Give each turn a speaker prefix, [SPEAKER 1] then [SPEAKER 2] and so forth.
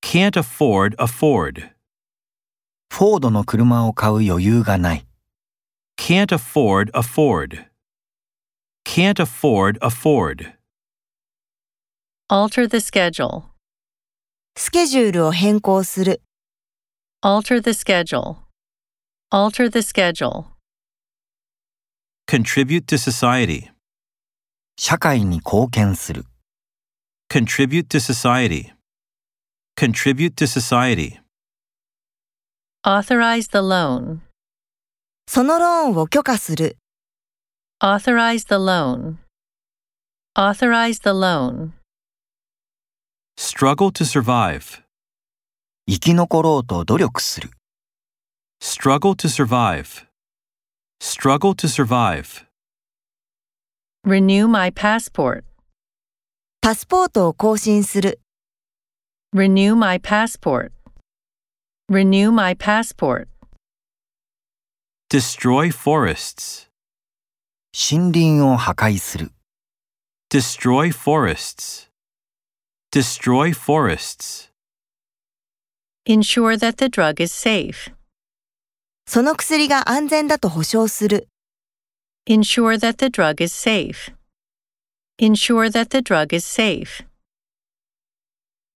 [SPEAKER 1] can't afford a Ford.
[SPEAKER 2] フォードの車を買う余裕がない。
[SPEAKER 1] Can't afford a Ford. Can't afford a Ford.
[SPEAKER 3] Alter the schedule.
[SPEAKER 4] スケジュールを変更する。
[SPEAKER 3] Alter the schedule. Alter the schedule.
[SPEAKER 1] Contribute to society.
[SPEAKER 2] 社会に貢献する。
[SPEAKER 1] Contribute to society. Contribute to society.
[SPEAKER 3] Authorize the loan.
[SPEAKER 4] そのローンを許可する。
[SPEAKER 3] Authorize the loan. Authorize the loan.
[SPEAKER 1] Struggle to survive.
[SPEAKER 2] 生き残ろうと努力する。
[SPEAKER 1] Struggle to survive. Struggle to survive.
[SPEAKER 3] Renew my passport.
[SPEAKER 4] パスポートを更新する。
[SPEAKER 3] Renew my passport. Renew my passport.
[SPEAKER 1] Destroy forests.
[SPEAKER 2] 森林を破壊する。
[SPEAKER 1] Destroy forests. Destroy forests.
[SPEAKER 3] Ensure that the drug is safe.
[SPEAKER 4] その薬が安全だと保証する。
[SPEAKER 3] Ensure that the drug is safe. Ensure that the drug is safe.